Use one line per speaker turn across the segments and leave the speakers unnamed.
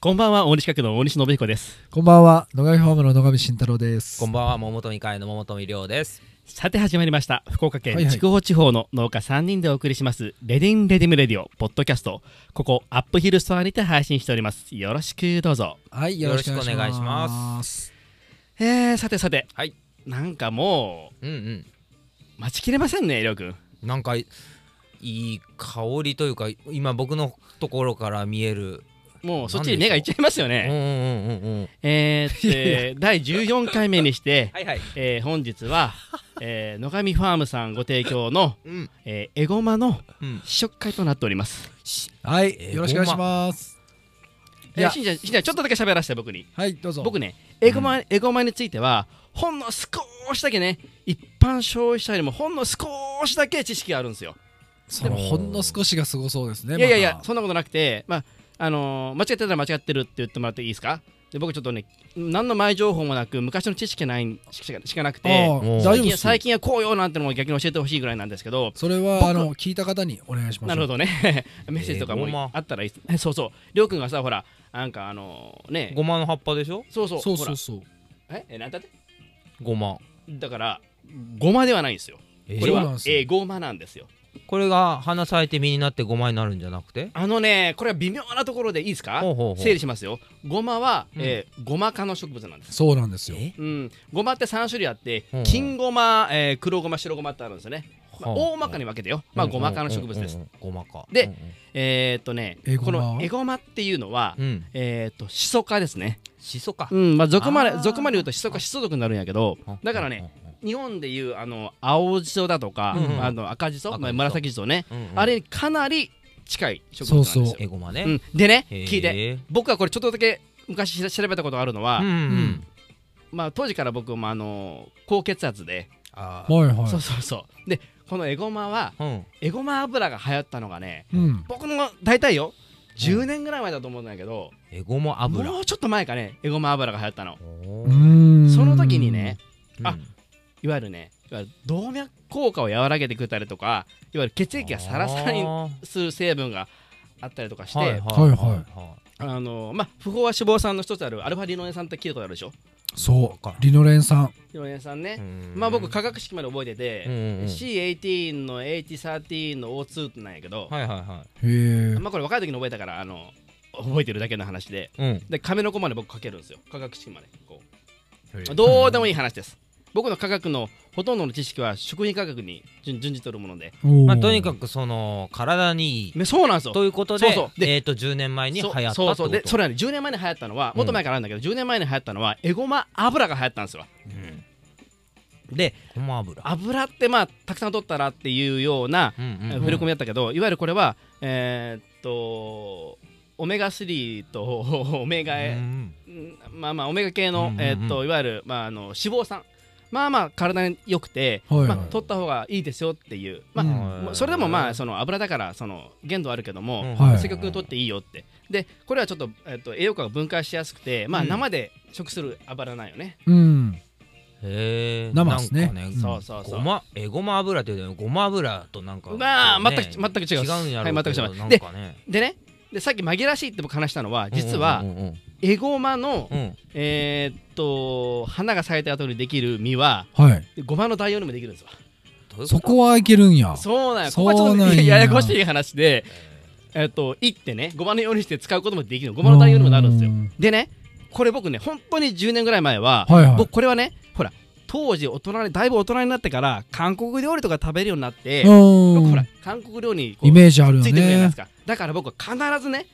こんばんは大西区の大西信彦です
こんばんは野上ファームの野上慎太郎です
こんばんは桃富会の桃富亮です
さて始まりました福岡県
はいはい
筑豊地方の農家3人でお送りします、レディンレディムレディオポッドキャストここアップヒルストアにて配信しておりますよろしくどうぞ
はい
よろしくお願いします
えー、さてさて、
はい
なんかも
う
う
ん
待ちきれませんねりょうくん
うんなんかいい香りというか今僕のところから見える
もうそっちに目がいっちゃいますよ
うんう
ね
んうんうんうん
えー、って第14回目にして、
はいはい
えー本日は、えー野上ファームさんご提供の、
うん
えー、エゴマの
うん
試食会となっております
し
はいよろしくお願いしますい
えー、
や
しんちゃんしんちゃんちょっとだけ喋らせて僕に
はいどうぞ
僕ねエゴマ、エゴマについてはほんの少しだけね一般消費者よりもほんの少しだけ知識があるんですよ、
でもほんの少しがすごそうですね
いやいやいや
まだ
そんなことなくてまああのー間違ってたら間違ってるって言ってもらっていいですかで僕ちょっとね何の前情報もなく昔の知識がないしかしかなく
あ
て
ー
うん
大丈
最
夫で
近
す
最近はこうよなんてのも逆に教えてほしいぐらいなんですけど
それ
僕
はあの聞いた方にお願いします
なるほどね メッセージとか
えーご
も
ま
あったらいいっす、そうそうりょうくんがさほらなんかあのーね
ごまの葉っぱでしょ
そうそう
そう
ほ
そ
ら
うそう
ええなんだって
ごま
だからごまではないんですよ
え
これ
そうなん
は
ですね
えーゴマなんですよ
これが花咲いて実になってごまになるんじゃなくて
あのねこれは微妙なところでいいですか
ほうほうほう
整理しますよゴマは、
うん
えーゴマ科の植物なんです
そうなんですよ
うん、ゴマって3種類あって
うんうん
金ゴマ、えー黒ゴマ白ゴマってあるんですよね、まあ
はあ
大まかに分けてよ、まあ、ゴマ科の植物です、
うんうんうんうんごまか
でえーっとね
エゴ
こ
マは
のエゴマっていうのは、
うんうん
えーっとシソ科ですね、
しそか
うんまあ、俗まで
あー
俗まで言うとシソ科シソ族になるんやけどだからね日本でいうあの青じそだとか、
うんうん
あの赤じそ、
赤じ
まあ、
そ
紫じそね、
うんうん
あれにかなり近い植物なんですよ
そうそう
えごま
う
ね
ん、でね
へー
聞いて僕はこれちょっとだけ昔し調べたことがあるのは、
うんうん
まあ、当時から僕もあのー高血圧で、
あー
はい
そう
は
そうそうでこのエゴマは
うん
エゴマ油が流行ったのがね
いうん
僕の大体よ10年ぐらい前だと思うんだけど、
えごま油
もうちょっと前かねエゴマ油が流行ったの
お
う
ー
ーん
その時にね
うん
あいわゆるねいわゆる動脈硬化を和らげてくれたりとかいわゆる血液がサラサラに
あー
する成分があったりとかして、
はいはい
はいはい
は
あのーまあ、不飽和脂肪酸の一つであるアルファリノレン酸って聞いたことあるでしょ
そ
か
うリノレンさん
リノレン酸ね
い、うん
まあ僕化学式まで覚えてて、
うんうんうん
C18 の H13 の O2 ってなんやけど、
はいはいは
へえ
まあこれ若い時に覚えたからあの覚えてるだけの話で
いうん
で亀の子まで僕書けるんですよ化学式までこうどうでもいい話です僕の科学のほとんどの知識は食品科学に順順次とるもので、
ま
ま
あとにかくその体にいい
ね、そうなんですよ
ということで
そうそうで
えっと10年前に流行ったって
そう
こ
そう
と
でそれはね10年前に流行ったのはもっと前からあるんだけど、10年前に流行ったのはエゴマ油が流行ったんですよ
うん
で
ごま油
油ってまあたくさん取ったらっていうような
うんうん
えー振り込みだったけど、いわゆるこれは、えーっと、オメガ3と オメガ、
う
うん
ん
まあまあ、オメガ系の、
うんうんうん
えーっといわゆる、まあ、あの脂肪酸、まあまあ、体に良くて、
はいはい
まあ、取った方がいいですよっていう、まあ
うん
もうそれでもまあ、その油だからその限度あるけども、
うん
はい
積極取っていいよって、でこれはちょっと,、えーっと栄養価が分解しやすくて、まあ、
うん
生で食する油なんよね。
うん
へえ
生っすねうん
そうそうそ
ご
う
まえごま油って言うよねごま油となんか
まあ
こうね
全く全く違うっす
違うんやろ
はい全く違
う
い
けど
ま
な
す
んかね
でねでさっき紛らわしいって僕話したのは実は
うんうんうん
エゴマの
うんうん
えーっと花が咲いた後にできる実は
はい
ごまの代用にもできるんですわ
どういうと
そこはいけるんや
そうなんやこ
そう
こ
な
はちょっと
んや
ねややこしい話でえーっといってねごまのようにして使うこともできるごまの代用にもなるんですよ
よ
でねこれ僕ね本当に10年ぐらい前は、
はいはい
僕これはねほら当時大人にだいぶ大人になってから韓国料理とか食べるようになって、僕
う
ほ
ん
ら韓国料理にこう
イメージあるよ
ついてくるじゃないで
ね
すかだから僕は必ずね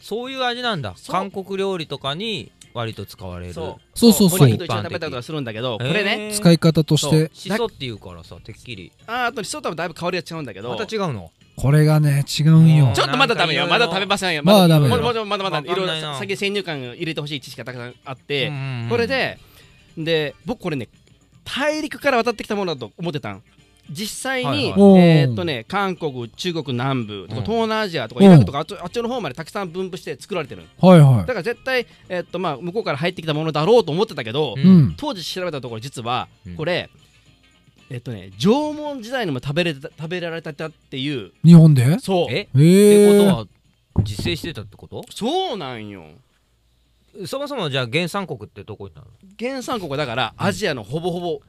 そういう味なんだ
そう
韓国料理とかに割と使われる
そう
そうそうそう
お肉と一緒に食べたりとかするんだけどこれね、
へー
使い方として
しそっていうからさてっきり
あーあとシソとはだいぶ香りが違うんだけど
また違うの
これがね違うんよ
ちょっとまだダメよ。
な
ま
んか
だ
い
食べ
ろいろ
ませんよ。
まだダメ
も
よ
うもうちょまだまだ
わかんないいな
ろいろ先に先入観を入れてほしい知識がたくさんあって、
こ
これで、で、僕これね、大陸から渡ってきたものだと思ってたん。実際
はい
に、
はい
えー
おー
っとね、韓国、中国南部とか、
うん
東南アジアとか、
うん
イラクとか、あっちあっちの方までたくさん分布して作られてる。
はいは
だから絶対、えーっと、まあ、向こうから入ってきたものだろうと思ってたけど
う
い
ん、
うん
当時調べたところ、実は
うん、
これ、えーっとね、縄文時代にも食べれた食べられたっていう、
日本で
そう。
えっ
え
て
え
ことは自生してたってこと
そうなんよ。
そもそもじゃあ原産国ってどこになるの
原産国はだからアジアのほぼほぼ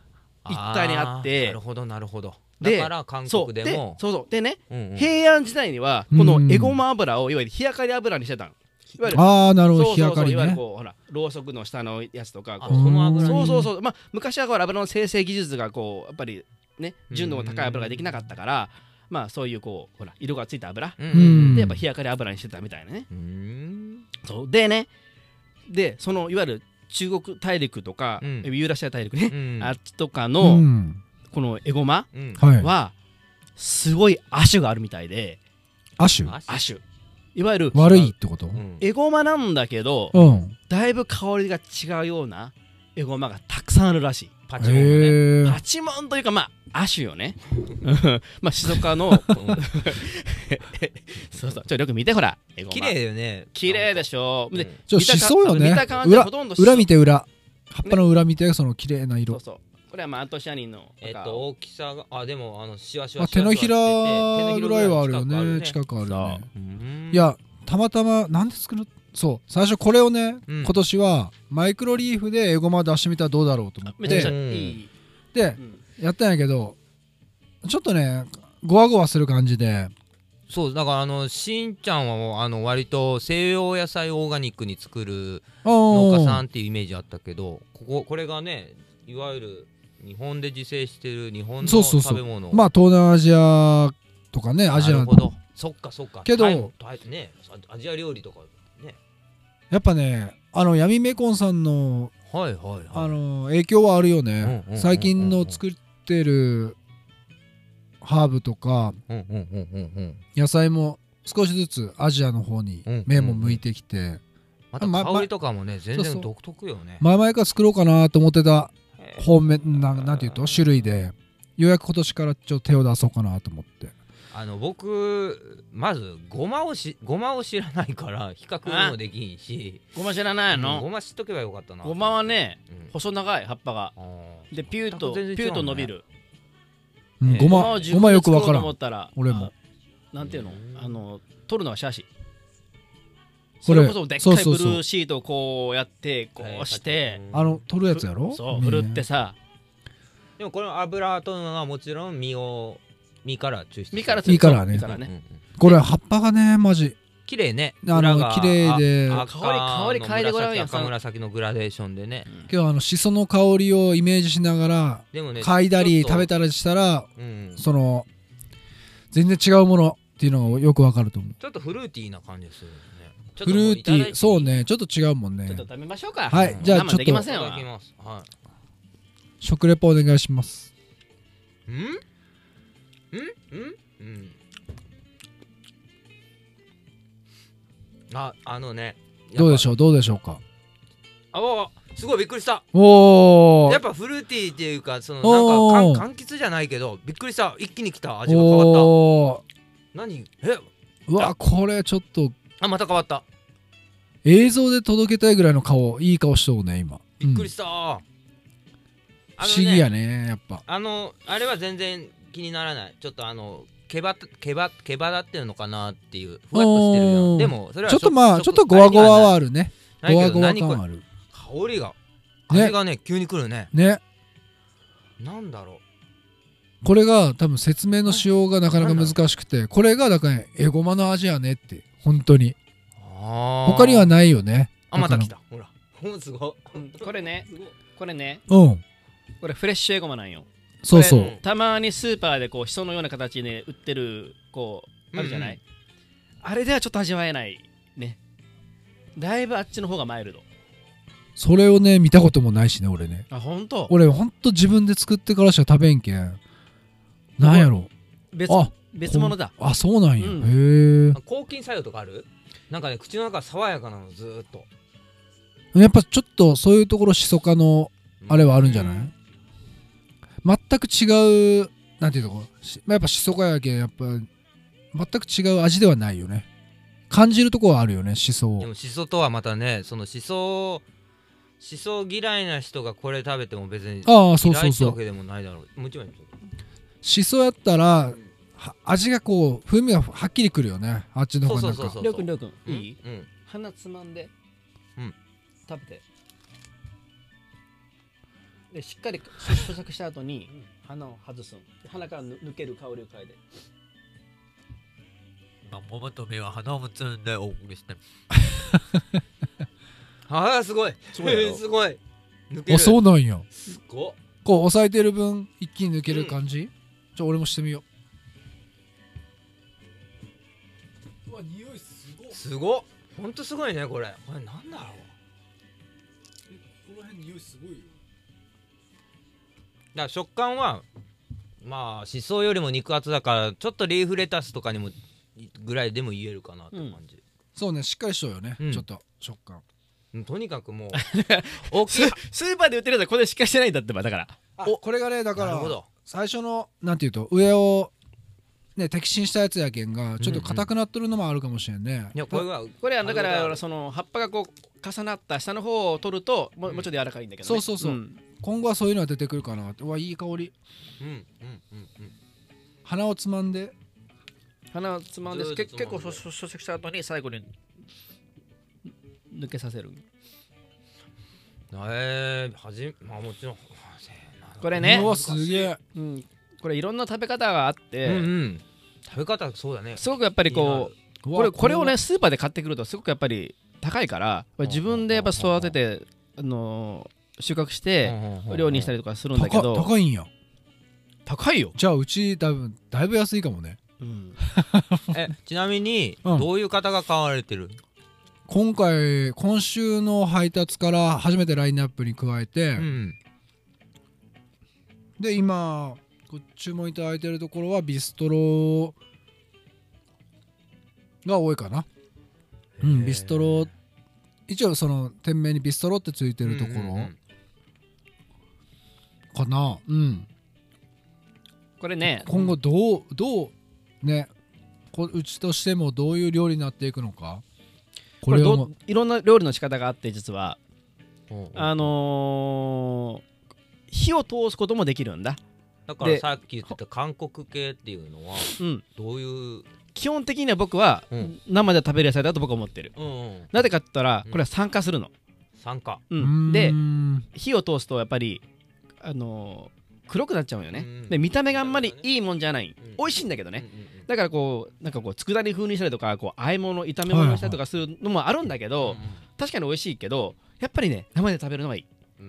一体にあって
ーなるほどなるほど
で
だから韓
そ
国
う
で
で
も
そうそうでね
うんうん
平安時代にはこのエゴマ油をいわゆる日明かり油にしてたのいわゆる
ああなるほ
そ
ど
う
日
そ
明
うそ
か
うい
り
わゆる
ね
こうほらろうそくの下のやつとか
あ
こう
その油
そう
に
そうそうまあ昔はこう油の生成技術がこうやっぱりね純度の高い油ができなかったからまあそういうこうほら色がついた油
う
うん
ん
でやっぱ日明かり油にしてたみたいなね
うん
そうでねでそのいわゆる中国大陸とか、
うん
ユーラシア大陸ね、
うん
あっちとか
う
の、
ん
このエゴマ
うん
はい
はすごい亜種があるみたいで
亜種
あ
亜種いわゆる
悪いってこと
うん
エゴマなんだけど
うん
だいぶ香りが違うようなエゴマがたくさんあるらしい
パチモンのね
へえ
パチモンというかまあ亜種よね うんまあ静岡 の そうそうちょよく見てほらエゴマ
綺麗だよね
綺麗で
し
しょで
ちょ
見たか
しそうよね
見た感じはほとんどしそ
裏見て裏葉っぱの裏見てその綺麗な
そう
色
そうこれはまあアントシアニンの
えっ
赤
と大きさがあでもあのシワシ
ま
ワ
あ手のひら
シワシワしてて手のひ
ぐらいはあるよね
近く
近くあるよね
あるね
いやたまたまなんで作るそう最初これをね、
うん
今年はマイクロリーフでエゴマ出してみたらどうだろうと思っ
めちゃくちゃ
て
いい、
で
うん
やったんやけどちょっとねゴワゴワする感じで
そうだからあのしんちゃんはもうあの割と西洋野菜オーガニックに作る農家さんっていうイメージあったけどこここれがねいわゆる日本で自生してる日本の
そうそうそう
食べ物
まあ東南アジアとかねアジ
な
ア
るほどそっかそっか
けど
タイもタイねアジア料理とかね
やっぱねあの闇メコンさんの
はいはい
あ
はい
の影響はあるよね
うんうん
最近の作ってるハーブとか
うんうんうんうんうん
野菜も少しずつアジアの方に目も向いてきて、
また
ま
香りとかもね全
そうそ
然
う
独特よね
前々から作ろうかなと思ってた
へえ
方面ななんていうと種類でようやく今年からちょっと手を出そうかなと思って
あの僕まずごまをしごまを知らないから比較もできんし
ごま知らない
うんご
の、
ま知っとけばよかったな
ごまはね
うん
細長い葉っぱが
あー
でピューと、
全然違うね
ピューと伸びる
うん
えー
ご
ごま
ま
を熟
ごまよくわ
作
か
ろ
ら
うと思
ん
ったら
俺も
あなんていうの
うん
あの取るのはシャシ
こ
そ
れ
れこそでっか
そう
い
そ
ブ
う
ル
そう
ーシートをこうやってこうして
うん
あの取るやつやろ
そう
ね
振るってさ
でもこの油というのはもちろん身を身から抽出する
身から
身からね
身からね
うんうん
これ葉っぱがねマジ
綺麗ね
あ
裏
の
が
綺麗で
あ
香り香り嗅
赤の
いでごらんよ
紫赤紫のグラデーションでね
今日あのしその香りをイメージしながら
でもね
嗅いだり
ちょっと
食べたりしたら
うん
その全然違うものっていうのがよくわかると思う
ちょっとフルーティーな感じでするよねちょっ
フ
と
ル
もい
ーテ
ただい
ィ
て
ー
いい
そうねちょっと違うもん
ちょっ
ね
と食べましょうか
はいじゃあ
我慢できま
い
せん
た
わ
だきますは
食レポお願いします
いうんうんうんうんああのね
どうで
ょ
しょうどうでしょうか
あわわすごいびっくりした
おお
やっぱフルーティーっていうかその
お
な
ー
んかかん柑橘じゃないけどびっくりした一気に来た味が変わっ
おお
た何え
うわこれちょっと
あまた変わった
映像で届けたいぐらいの顔いい顔しとうね今
びっくり
し
した、あ
た
の
不思議やねやっぱ
あのあれは全然気にならないちょっとあの毛羽毛羽毛羽立ってるのかなっていうふわっとしてるや
お
ん
ー
でもそれは
ちょっとまあちょっとゴワゴワはあるね
ない
ゴ
け
ワ
ど
ゴワ
何これ
感ある
香りが
ね
味がね急にくるね
ね
なんだろう
これが多分説明のしようがなかなか難しくてこれがだからエゴマの味やねって本当に
あー
他にはないよね
あまた
だ
来
か
たほら ほんすご
うんこれねこれね
らうん
これフレッシュエゴマなんよ
そうそ
これ
う
たまにスーパーでこうシソのような形で売ってるこうあるじゃない、
うん
あれではちょっと味わえないねだいぶあっちの方がマイルド
それをね見たこともないしね俺ね
あ本当
俺ほんと自分で作ってからしか食べんけんなんやろ
別
あ
別物だ
あそうなんや
うん
へ
あ抗菌作用とかあるなんかね口の中爽やかなのずーっと
えやっぱちょっとそういうところしそかのあれはあるんじゃない、
うん
全く違うなんていうとこしまあやっぱしそかやけんやっぱ全く違う味ではないよね感じるとこはあるよねしそ
で
を
もしそとはまたねそのしそしそ嫌いな人がこれ食べても別に
ああそう
嫌
そ
いうって
そ
わ
う
けでもないだろうもちろん
しそやったらは味がこう風味がはっきりくるよねあっちの方がなんか
そうそう
りょうくんりょうくん
うん
いい
うん
鼻つまんで
うん
食べてでしっかり咀嚼した後に鼻を外すんで鼻からぬ抜ける香りを嗅いで
まあ、桃と目は鼻を結んでお送りしてああすごい
すごいやろ
すごい抜け
あ
る
そうなんや
すごっ
こう押さえてる分一気に抜ける感じ、じゃあ俺もしてみよううわ匂いすごい
すごっほんとすごいねこれこれなんだろう
この辺匂いすごいよ
だから食感はまあしそよりも肉厚だからちょっとリーフレタスとかにもぐらいでも言えるかなって感じ、
そうねしっかりしようよね、
うん
ちょっと食感
うんとにかくもう大き
ス
い
スーパーで売ってるやつはこれしかしてないんだってばだから
おこれがねだか
な
ら
るほど
最初のなんていうと上をね摘心したやつやけんがちょっと硬くなっとるのもあるかもしれんね、
いやこれは
これはだか
あれだ
らその葉っぱがこう重なった下の方を取るともう
うん
もうちょっと柔らかいんだけど、ね
そうそうそうん今後はそういうのが出てくるかなってうわいい香り
うんうんうん
鼻をつまんで
鼻をつまんで
ずーっと
け結構
つまんで
咀咀嚼した後に最後に抜けさせる
うんえー、はじまあもちろんせーな
これね
うわすげえ
うんこれいろんな食べ方があって、
うんうん食べ方そうだね
すごくやっぱりこう
うわ
これこれをねスーパーで買ってくるとすごくやっぱり高いから
うん
自分でやっぱ育てて、あのー収穫して料理にした
り
りとかするん
高
だ
い
けど
高いんや
高いよ、
じゃあうち多分だいぶ安いかもね
うん、
えちなみに
うん
どういう方が買われてる、
今回今週の配達から初めてラインナップに加えて、
うん
で今こう注文いただいてるところはビストロが多いかな、うん、ビストロ一応その店名にビストロってついてるとこ
うんうんう
ろか
ん
なうん、
これね
今後どうどうねこうちとしてもどういう料理になっていくのか
こ
こ
れ
れを
どういろんな料理の仕方があって実は
うんうん
あのー火を通すこともできるんだ、
だから
で
さっき言ってた韓国系っていうのは
うん、
どういう
基本的には僕は
うん
生で食べる野菜だと僕は思ってる
うんうん
なぜかって言ったら
うん
これは酸化するの、
酸化
う、
うん
で
うん
火を通すとやっぱりあのー黒くなっちゃうんよね、
うん
で見た目があんまりいいもんじゃない、
うん
美味しいんだけどね、
うんうんうん
だからこうなんかこう佃煮風にしたりとかこう和え物炒め物にしたりとかするのもあるんだけど、
うんうん
確かに美味しいけどやっぱりね生で食べるのがいい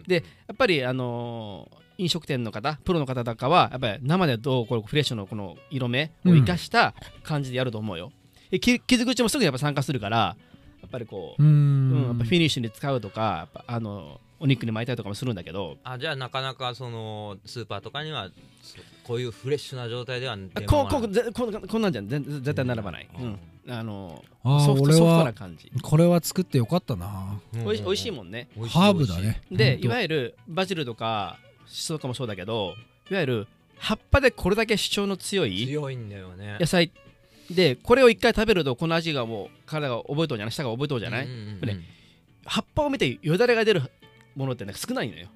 でやっぱりあのー飲食店の方プロの方とかはやっぱり生でどうこれフレッシュのこの色目を生かした感じでやると思うよ、でき傷口もすぐやっぱ酸化するからやっぱりこう、
う
うん
ん
やっぱフィニッシュに使うとかやっぱあのお肉に巻いたりとかもするんだけど
あじゃあなかなかそのスーパーとかにはそこういうフレッシュな状態では出回ら
こうこ
な
う
い
ぜこんこんなんじゃん全絶対並ばない、うんあの
あー
ソフト
俺
ソフト
は
な感じ
これは作ってよかったな
うん
おいしおいしいもんね
美味しい
ハーブだね
で
ほんと
いわゆるバジルとかシソとかもそうだけどいわゆる葉っぱでこれだけ主張の強
美味しい
い
強いんだよね
野菜でこれを一回食べるとこの味がもう体が覚えとるじゃない舌が覚えとるじゃない、
うんうんうん
ね葉っぱを見てよだれが出るものってなんか少ないのよ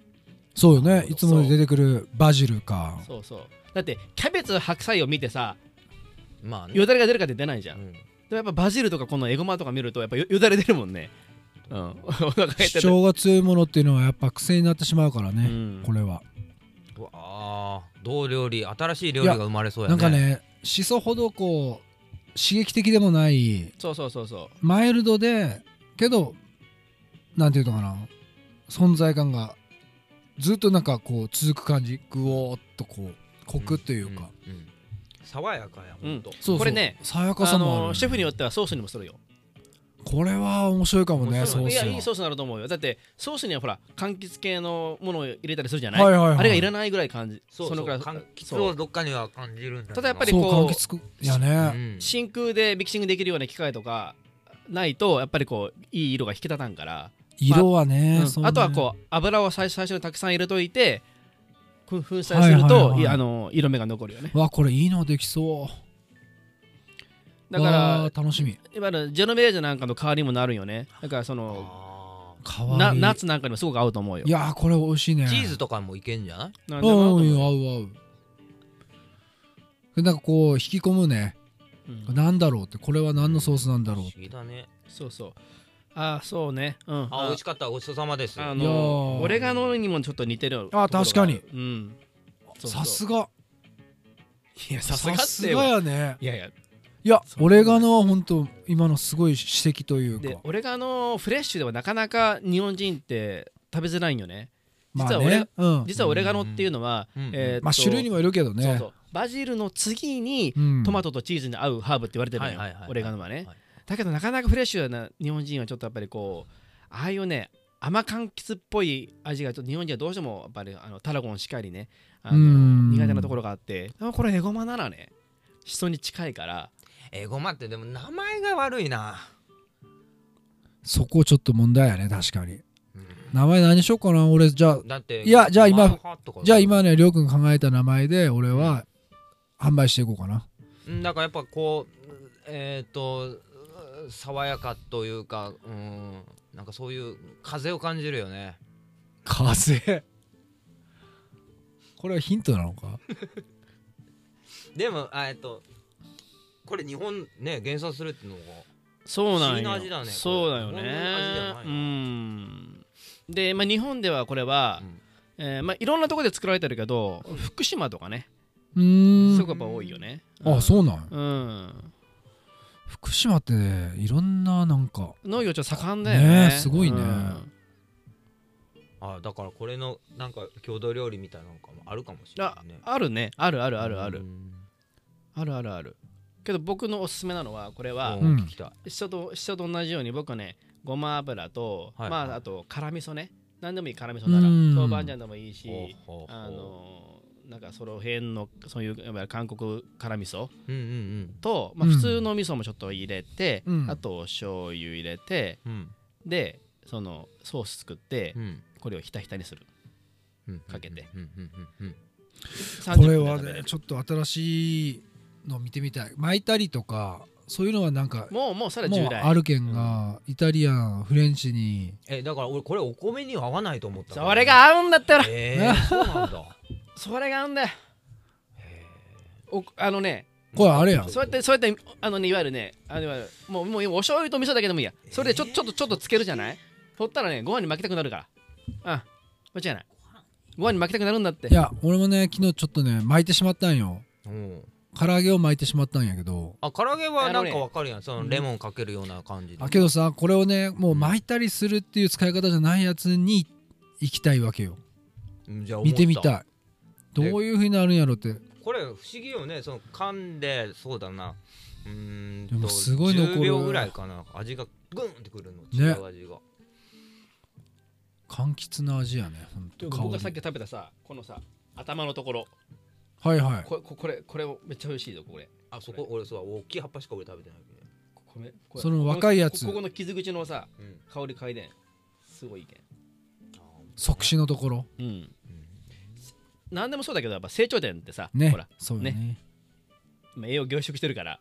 そうよ
なる
ね
ほど
いつも出てくるバジルか
そうそうだってキャベツ白菜を見てさ
まあね
よだれが出るかって出ないじゃん、
うん
でもやっぱバジルとかこのエゴマとか見るとやっぱよよだれ出るもんねうん お腹減って
主
る
張が強いものっていうのはやっぱ癖になってしまうから
う
ね、
ん
これは
うわあどう料理新しい料理が生まれそうや
な
ね
んかねしそほどこう刺激的でもない
そうそうそうそ
マイルドでけどなんていうのかな存在感がずっとなんかこう続く感じぐおーっとこうコクというか、
んうん爽やかやほんと
そうそう
これね
爽や
う
か
あ
さもある、
のシェフによってはソースにもするよ
これは面白いかもね
面
ソ
白
ー
い
ス
や
はい
いソースになると思うよだってソースにはほら柑橘系のものを入れたりするじゃない,、
はいはいはい
あれがいらないぐらい感じ
そうそう
のくらい
柑橘
そ
を
う
どっかには感じるんだよな
ただやっぱり
そう
こう
柑橘くいやね、
うん
真空でミキシングできるような機械とかないとやっぱりこういい色が引き立たんから、
色はね,、
うん
そうね
あとはこう油を最最初にたくさん入れといてふ粉砕すると、
はいはいはい
いやあの色目が残るよね
わこれいいのできそう
だか
わ
ら
ー楽しみ
いわゆるジェノベーゼなんかの代わりにもなるんよねだからその
あ
かわ
ない
い
ナッツなんかにもすごく合うと思うよ
いやーこれ美味しいね
ーチーズとかもいけんじゃない
なんでも合うと
う
思うん
合う合うなんかこう引き込むね
うん
なんだろうってこれは何のソースなんだろう
不思議だね
そうそうあーそうねうん
あ美味しかったごちそうさまです
あ
いやー
のオレガノにもちょっと似てる
あー確かに
ところがあるうんそうそう
さすが
いやさすが
さ
っ
す
て
が
よ
やね
いやいや
いや
そう
オレガノは本当今のすごい指摘という
で
か
俺があのフレッシュではなかなか日本人って食べづらいんよね
まあ
実は俺
ねうん
実はオレガノっていうのは、
うん
えーっと
まあ種類にもよるけど
そう
ね
そうバジルの次に
うん
トマトとチーズに合うハーブって言われてるのよ、
はいはいはいはい
オレガノはね、
はい
だけどなかなかフレッシュな日本人はちょっとやっぱりこうああいうね甘柑橘っぽい味がちょっと日本人はどうしてもやっぱりあのタラゴンしかりねあの
うん
苦手なところがあってでもこれエゴマならねシソに近いから
えーごまってでも名前が悪いな
そこちょっと問題やね確かに名前何しようかな俺じゃあ
だって
いやじゃあ今
ごま派とか
じゃあ今ねりょうくん考えた名前で俺は販売していこうかな
うんだからやっぱこうえっ、と爽やかというかうんなんかそういう風を感じるよね
風これはヒントなの か
でもあえっ、とこれ日本ね減産するっていうのが
そうなん
不思議
よ
な味だねこれ
そうだよね
こんな味じゃないな
うんで、まあ、日本ではこれは、
うん
えーまあ、いろんなところで作られてるけど福島とかね
うー
すご
ん
くやっぱ多いよね、
あそうなん
うん
福島ってねいろんななんか
農業ちょっと盛んだよね
ねすごいね
うん
あだからこれのなんか郷土料理みたいなのかもあるかもしれな
あ
いね
あるねあるあるあるある、
うん
あるあるあるけど僕のおすすめなのはこれは
うん
うん
聞きたい
一緒と一緒と同じように僕はねごま油と、
はい
まああと辛味噌ね何でもいい辛味噌なら
うん
豆板醤でもいいし
ほうほうほう
あのーなんかその辺のそういういわゆる韓国辛味噌
うんうん
と、まあ、
うん
普通の味噌もちょっと入れて、
うん
あとお醤油入れて
うんうん
でそのソース作って
うん
これをひたひたにする
うん
かけて
うんうんうんうん
30
こ
分で
れは
食べれ
ね
る
ちょっと新しいの見てみたい巻いたりとかそういうのはなんか
もうもうそれは
も
従
う
来
あるけんがイタリアンフレンチに
えだから俺これお米には合わないと思ったから
それが合うんだったら
えー、そうなんだ
それが合うんだよおあのね
これあれやん
そうやってそうやってあのねいわゆるねあのいわゆるもうもうお醤油と味噌だけでもいいやそれでちょちょっとちょっとつけるじゃない取ったらねご飯に負けたくなるからうん間違いないご飯に負けたくなるんだって
いや俺もね昨日ちょっとね巻いてしまったんよ
うん
唐揚げを巻いてしまったんやけど
あ唐揚げはな
あの
んか
ね
わかるやんそのレモンかけるような感じで
あけどさこれをねもう巻いたりするっていう使い方じゃないやつに行きたいわけよ
うんじゃあ思っ
見てみたいどういうふうになるんやろって
これ不思議よねその噛んでそうだなうーん
で
と
もすごい残る
10秒ぐらいかな味がグンってくるの違う味が、
柑橘の味やねほん
で
と
も僕がさ
香
っき
り
食べたさこのさ頭のところ
はいはい
こここれこれをめっちゃ美味しいぞこれ
あそこ俺そう大きい葉っぱしか俺食べてないけど
ここれこれ
その若いやつ
ここここの傷口のさ
ね
香り嗅いでんすごいいいけ
即死のところ
んうん何でもそうだけどやっぱ成長点ってさ、
ね
ほら
そうよね
まあ栄養凝縮してるから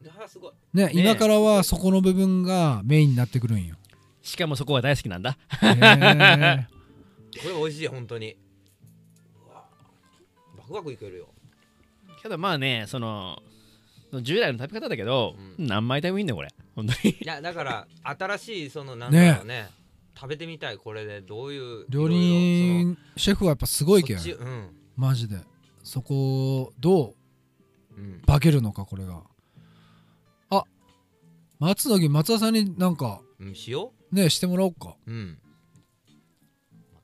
うんあすごい
ね
ね
今からはそこの部分がメインになってくるんよ
しかもそこは大好きなんだ
へー
これ美味しい本当にうわバクバクいけるよ
けどまあねその従来の食べ方だけど、
う
何枚でもいいんだよこれ本当に
いやだから新しいそのなんだろうね食べてみたいこれでどういう
料理
いろいろ
人シェフはやっぱすごいけ
そ
ん
のそっちうん
マジでそこをどう
うん
化けるのかこれがあ松の木松田さんになんか
うん塩
ねしてもらおうか
うん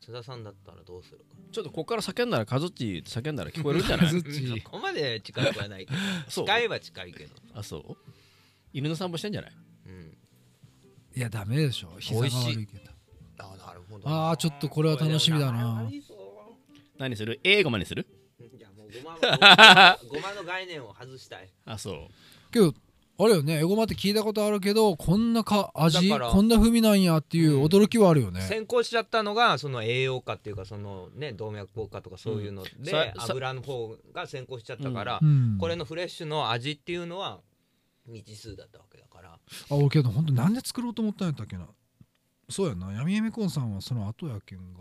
松田さんだったらどうするか
ちょっとここから叫んだらカズッチ叫んだら聞こえるんじゃない
ずっ
そ
ち
こまで近くはない けど
そう
近いは近いけど、
あそう犬の散歩してんじゃない
うん、
いやダメでしょ膝が悪いけど
あなるほど
あーちょっとこれは楽しみだな
何する英語までにす る
いやもうごまは ごまの概念を外したい
あそう
けどあれよねエゴマって聞いたことあるけどこんなか味
だから
こんな風味なんやっていう驚きはあるよね、
先行しちゃったのがその栄養価っていうかそのね動脈硬化とかそういうの
ん
で
ささ
油の方が先行しちゃったから
うん、
これのフレッシュの味っていうのは未知数だったわけだから
あ俺けど本当なんで作ろうと思ったんやったっけなそうやな闇エメコンさんはその後やけんが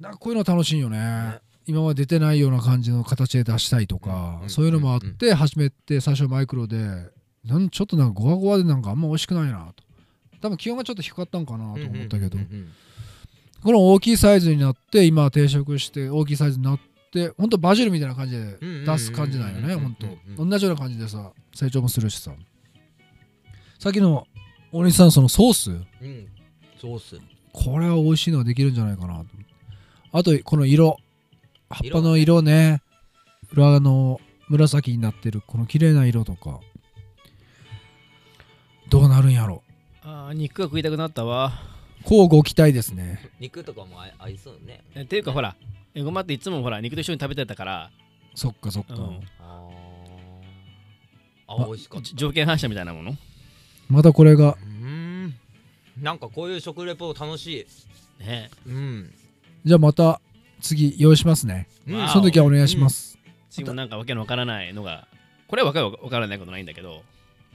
なんかこういうの楽しいよね今まで出てないような感じの形で出したいとか、
うん
そういうのもあって始めて最初マイクロでなんちょっとなんかゴワゴワでなんかあんま美味しくないなと多分気温がちょっと低かったんかなと思ったけど、
うんうんうん
この大きいサイズになって今定食して大きいサイズになってほんとバジルみたいな感じで出す感じなんよね
うんうんう
ほ
ん
ん
うんうん
と同じような感じでさ成長もするしささっきの大西さんそのソース
うんうんソース
これは美味しいのができるんじゃないかなとあとこの色葉っぱの色ね裏側の紫になってるこの綺麗な色とかどうなるんやろ
あー肉が食いたくなったわ
こうご期待ですね
肉とかも合い合いそうね
えっていうかほらえごまっていつもほら肉と一緒に食べてたから、
そっかそっ
う
か、
ん、
あーあ美味しかった
じ条件反射みたいなもの
またこれが
うーんなんかこういう食レポ楽しい
ね
うん
じゃあまた次用意しますね
うん
わあ
その時はお願いします、
次もなんかわけのわからないのがこれはわかるわからないことないんだけど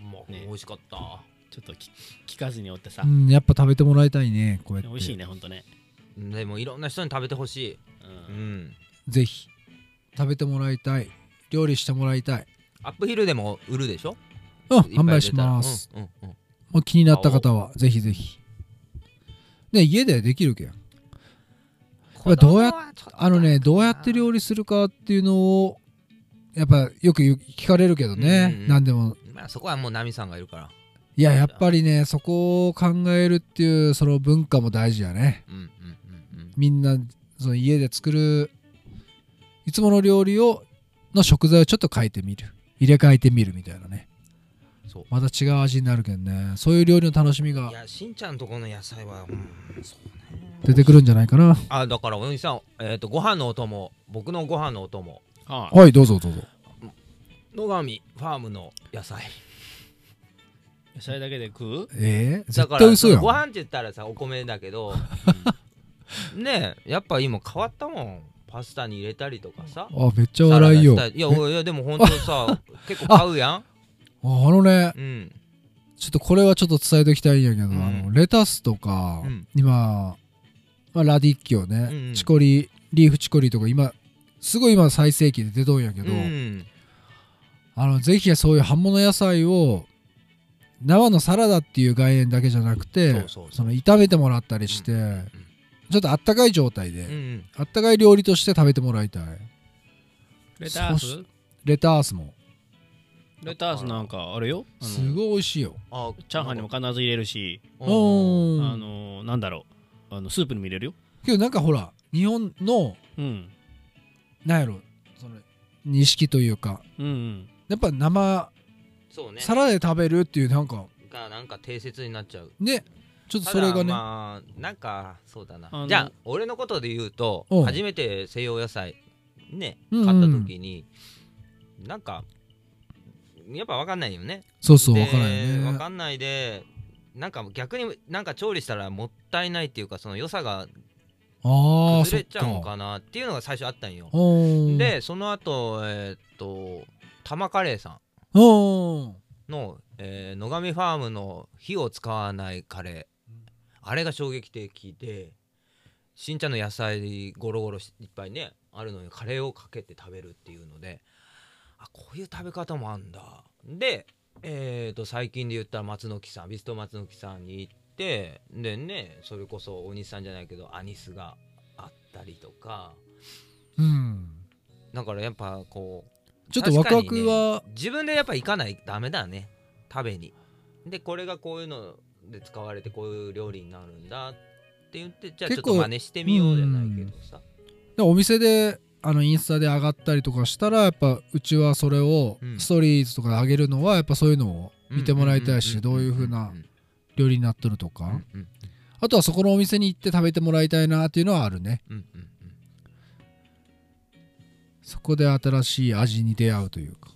まあ
ね
美味しかった
ちょっとき聞かずにおってさ、
うん、やっぱ食べてもらいたいねこうやって
美味しいねほんとね、
でもいろんな人に食べてほし
う
い、
ん
うん、
ぜひ食べてもらいたい料理してもらいたい
アップヒルでも売るでしょ
うん
いっぱい
販売
出
した
ら
ます、
うんうんうん
もう気になった方はぜひぜひね家でできるけんぱどうやっ
子供はちょっと
あのねどうやって料理するかっていうのをやっぱよく言う聞かれるけどね、
うんうん
何でも
まあそこはもうナミさんがいるから
いややっぱりねそこを考えるっていうその文化も大事やね
うんうんうんうん
みんなその家で作るいつもの料理をの食材をちょっと変えてみる入れ替えてみるみたいなね
そう
また違う味になるけんねそういう料理の楽しみが
いやしんちゃんとこの野菜は、うん、そうね
出てくるんじゃないかな
あだからお兄さん、えー、とご飯のお供僕のご飯のお供
は
はいどうぞどうぞ
野上ファームの野菜
い野菜だけで食う
えー、
だ
絶
か
対
ら
嘘やん
ご飯って言ったらさお米だ けど、ねえやっぱ今変わったもんパスタに入れたりとかさ
あめっちゃ笑いよ
サラダしたりいや
え
おいやでも本当さ 結構買うや
ああのね
んうん
ちょっとこれはちょっと伝えておきたいんやけど、
ん
あのレタスとか、
うん
今、まあ、ラディッキオね、
うんうん
チコリリーフチコリとか今すごい今最盛期で出とんやけ
う
ど、
ん
あのぜひそういう葉物野菜を生のサラダっていう概念だけじゃなくて
そうそうそう
の炒めてもらったりして、ちょっとあったかい状態で、
うんうん
あったかい料理として食べてもらいたい
レタ
そ
ス
レタースも
レタスなんかあれよあの
すごい美味しいよ
あ
チャーハンにも必ず入れるし、
うん
うん
あのなんだろうあのスープにも入れるよ
けどなんかほら日本の
うん
なんやろその認識というか
うんうん
やっぱ生
そうね
サラダで食べるっていうなんか
がなんか定説になっちゃう
ねちょっとそれが
ただ
ね、
まあなんかそうだ
あ
な
の
じゃあ俺のことで言うと
うん
初めて西洋野菜ね
うん
買
うん
った時になんかやっぱ分かんないよね
そうそう
で
わからんよ
わ
ね
かんないでなんか逆になんか調理したらもったいないっていうかその良さが
ああそ
崩
っ
れちゃうの
か
かなっていうのが最初あったんよ
うん
でその後えーっと玉カレーさ
うん
んの、えー野上ファームの火を使わないカレーあれが衝撃的で新茶の野菜ゴロゴロしいっぱいねあるのにカレーをかけて食べるっていうのであこういう食べ方もあんだでえー、と最近で言ったら松の木さんビスト松の木さんに行ってでねそれこそ大西さんじゃないけどアニスがあったりとか
うん
だからやっぱこう
ちょっとワクワクは、
自分でやっぱ行かないとダメだね食べにでこれがこういうので使われてこういう料理になるんだって言ってじゃあちょっ
結構
と真似してみようじゃないけどさ
でお店であのインスタで上がったりとかしたらやっぱうちはそれを
うん
ストーリーズとかで上げるのはやっぱそういうのを見てもらいたいしどういう風な料理になっとると
う
か
んうん
あとはそこのお店に行って食べてもらいたいなっていうのはあるね
うんうん
そこで新しい味に出会うというか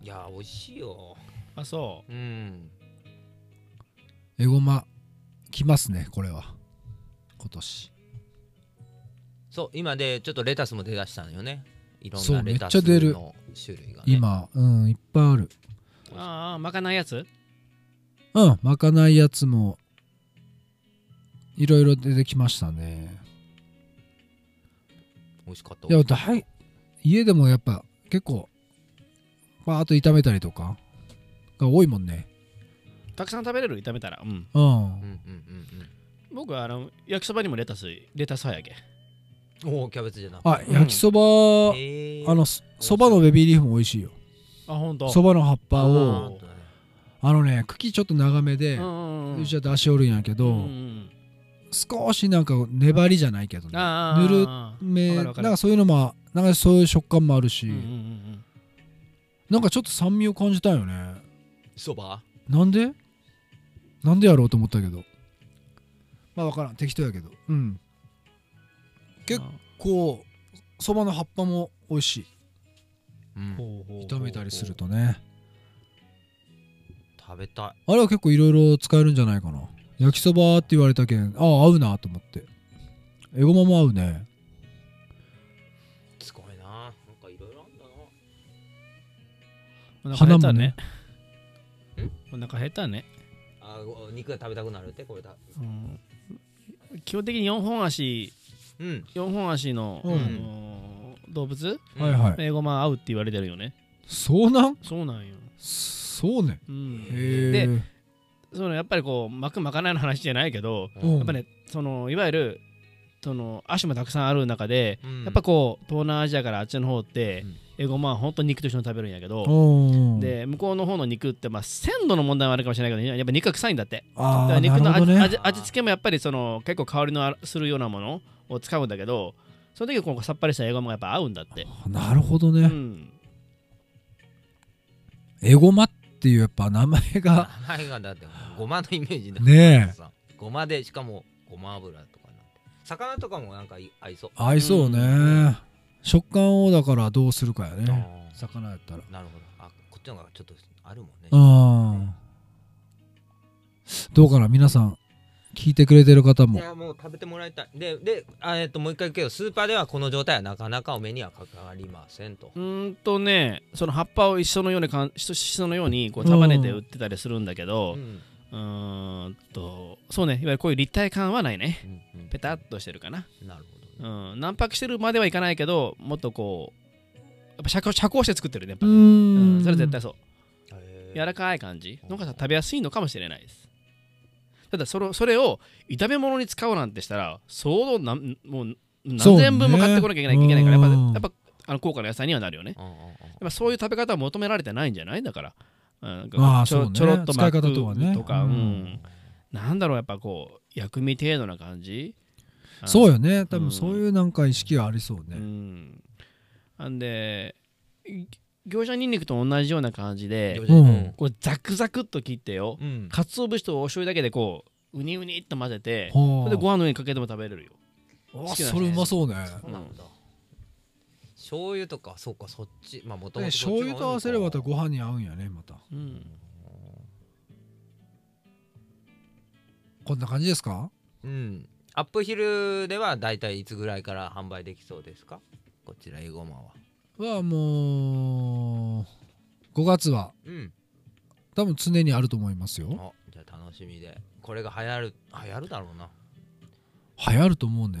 うんいやー美味しいよ
あそ
うん
エゴマきますねこれは今年
そう今でちょっとレタスも出だしたのよねいろん
そう
なレタス
めっちゃ出る
の種類が、ね、
今うんいっぱいある
うああまかないやつ
うんまかないやつもいろいろ出てきましたね
美味しかった
いやだい家でもやっぱ結構バーッと炒めたりとかが多いもんね
たくさん食べれる炒めたらうん
うん
うんうん
僕はあの焼きそばにもレタスレタスはやけ
うんうんおおキャベツじゃなく
あ焼きそば
て
あのそそばのベビーリーフも美味しいよ
あ本当
そばの葉っぱ
う
を
ん
あのね茎ちょっと長めで
うんうんうん
うちは出しおるんやけ
う
ど
ん
少しなんか粘りじゃないけど
うん
ね
あ
ぬる
ーわ
め
かる
なん
わかる
かそういうのもなんかそういう食感もあるし、
うんうんうんうん
なんかちょっと酸味を感じたよね
そば
なんでなんでやろうと思ったけどまあ分からん適当やけどうん結こうそばの葉っぱも美味しい
ほうほうほう
炒めたりするとね
食べた
あれは結構いろいろ使えるんじゃないかな焼きそばって言われたけんああ合うなと思ってエゴマも合うね
いすごいななんかいろいろあんだな
お腹減った
花もね
ねお腹減ったね
あご肉が食べたくなるってこれだ
うん基本的に4本足
うん
4本足の
うん
あのー動物
はいはい
英語まあ合うって言われてるよね
そうなん
そうなんよ
そうね
うん
へえ
そのやっぱりこう巻く巻かないの話じゃないけど
うん
やっぱねそのいわゆるその足もたくさんある中で
うん
やっぱこう東南アジアからあっちの方って
うん
エゴマは本当に肉と一緒に食べるんやけど
うん
で向こうの方の肉ってまあ鮮度の問題はあるかもしれないけどやっぱ肉が臭いんだってだ
あ
か
あ
ら肉の
なる
味,
ほどね
味、味付けもやっぱりその結構香りのあるするようなものを使うんだけどその時こうさっぱりしたエゴマがやっぱ合うんだって、
なるほど
う
ね、
ん、
エゴマっていうやっぱ名前 が
名前がだってごまのイメージだ
ねえ
さごまでしかもごま油とかな魚とかもなんかい合いそう
合いそうね、
うん
食感をだからどうするかやね
あー
魚やったら
なるほどあこっちの方がちょっとあるもんね
うんどうかな皆さん聞いてくれてる方
い
も
やもう食べてもらいたいでであえっともう一回言うけどスーパーではこの状態はなかなかお目にはかかりませんと
うーんとねその葉っぱを一緒のようにかん一緒のようにこう束ねて売ってたりするんだけど
うん
うーんとそうねいわゆるこういう立体感はないね
うんうん
ペタッとしてるかな、
なるほどね
うん、軟白してるまではいかないけどもっとこうやっぱ遮光遮光して作ってるねやっぱ
う
ね、
ん
うんそれ絶対そう
へー
柔らかい感じの方が食べやすいのかもしれないですただそれそれを炒め物に使うなんてしたら相当なんもう
そ
何
うね
千分も買ってこなきゃいけない,、いけないからやっぱ
うん
やっぱあの高価な野菜にはなるよね
うんうんうん
やっぱそういう食べ方は求められてないんじゃないだから、うんなんか
ああ
ちょ
そうね
ちょろっと巻く
使い方とはね
とか、う
うん
ん、なんだろうやっぱこう薬味程度な感じ
そう
よ、
よね多分そういうなんか意識がありそう
う
ね
ん、なんでぎ餃子にんにくと同じような感じで
餃子うん
こうザクザクっと切ってよ
うん
鰹節とお醤油だけでこうウニウニっと混ぜてそ
は
れでご飯の上にかけても食べれるよ、
あ
好きだね
それうまそうね
そうなんだ醤油とかそうかそっちまあもとも
ね
と
醤油と合わせればまたご飯に合うんやねまた
うん、
こんな感じですか
うんアップヒルではだいたいいつぐらいから販売できそうですかこちらエゴマは
はもう5月は
うん
多分常にあると思いますよ
あじゃあ楽しみでこれが流行る流行るだろうな
流行ると思うね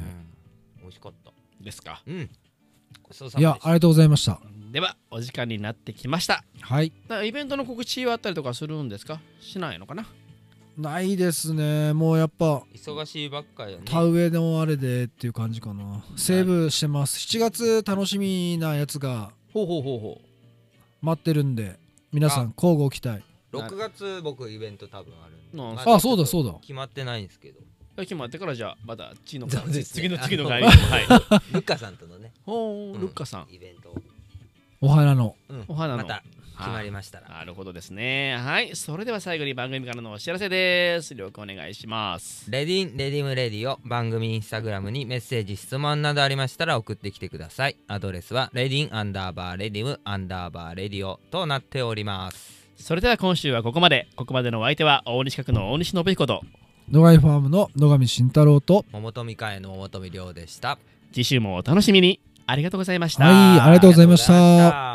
うん美味しかった
ですか
うんごちそうさ
い
ま
や
でした
ありがとうございました
ではお時間になってきました
はい
だからイベントの告知はあったりとかするんですかしないのかな
ないですねもうやっぱ
忙しいばっかりだね
田植えのあれでっていう感じかなセーブしてます7月楽しみなやつが
ほうほうほうほう
待ってるんで皆さん交互期待
6月僕イベント多分あるんで
あ
まだ
あそうだ
ちょ
そ
っ
うだ
と決まってないんですけど
今日もやってからじゃあまた次の
そうですね
次の次の回に はい
ルッカさんとのね
ほ
う
うんルッカさん
イベント
お花の
うん
お花の
また決まりましたら
なるほどですねはいそれでは最後に番組からのお知らせですりょうくんお願いします
レディンレディムレディを番組インスタグラムにメッセージ質問などありましたら送ってきてくださいアドレスはレディンアンダーバーレディムアンダーバーレディオとなっております
それでは今週はここまでここまでのお相手は大西角の大西信彦と
野上ファームの野上慎太郎と
桃富会の桃富亮でした
次週もお楽しみにありがとうございました
はいありがとうございました
ありがとうございました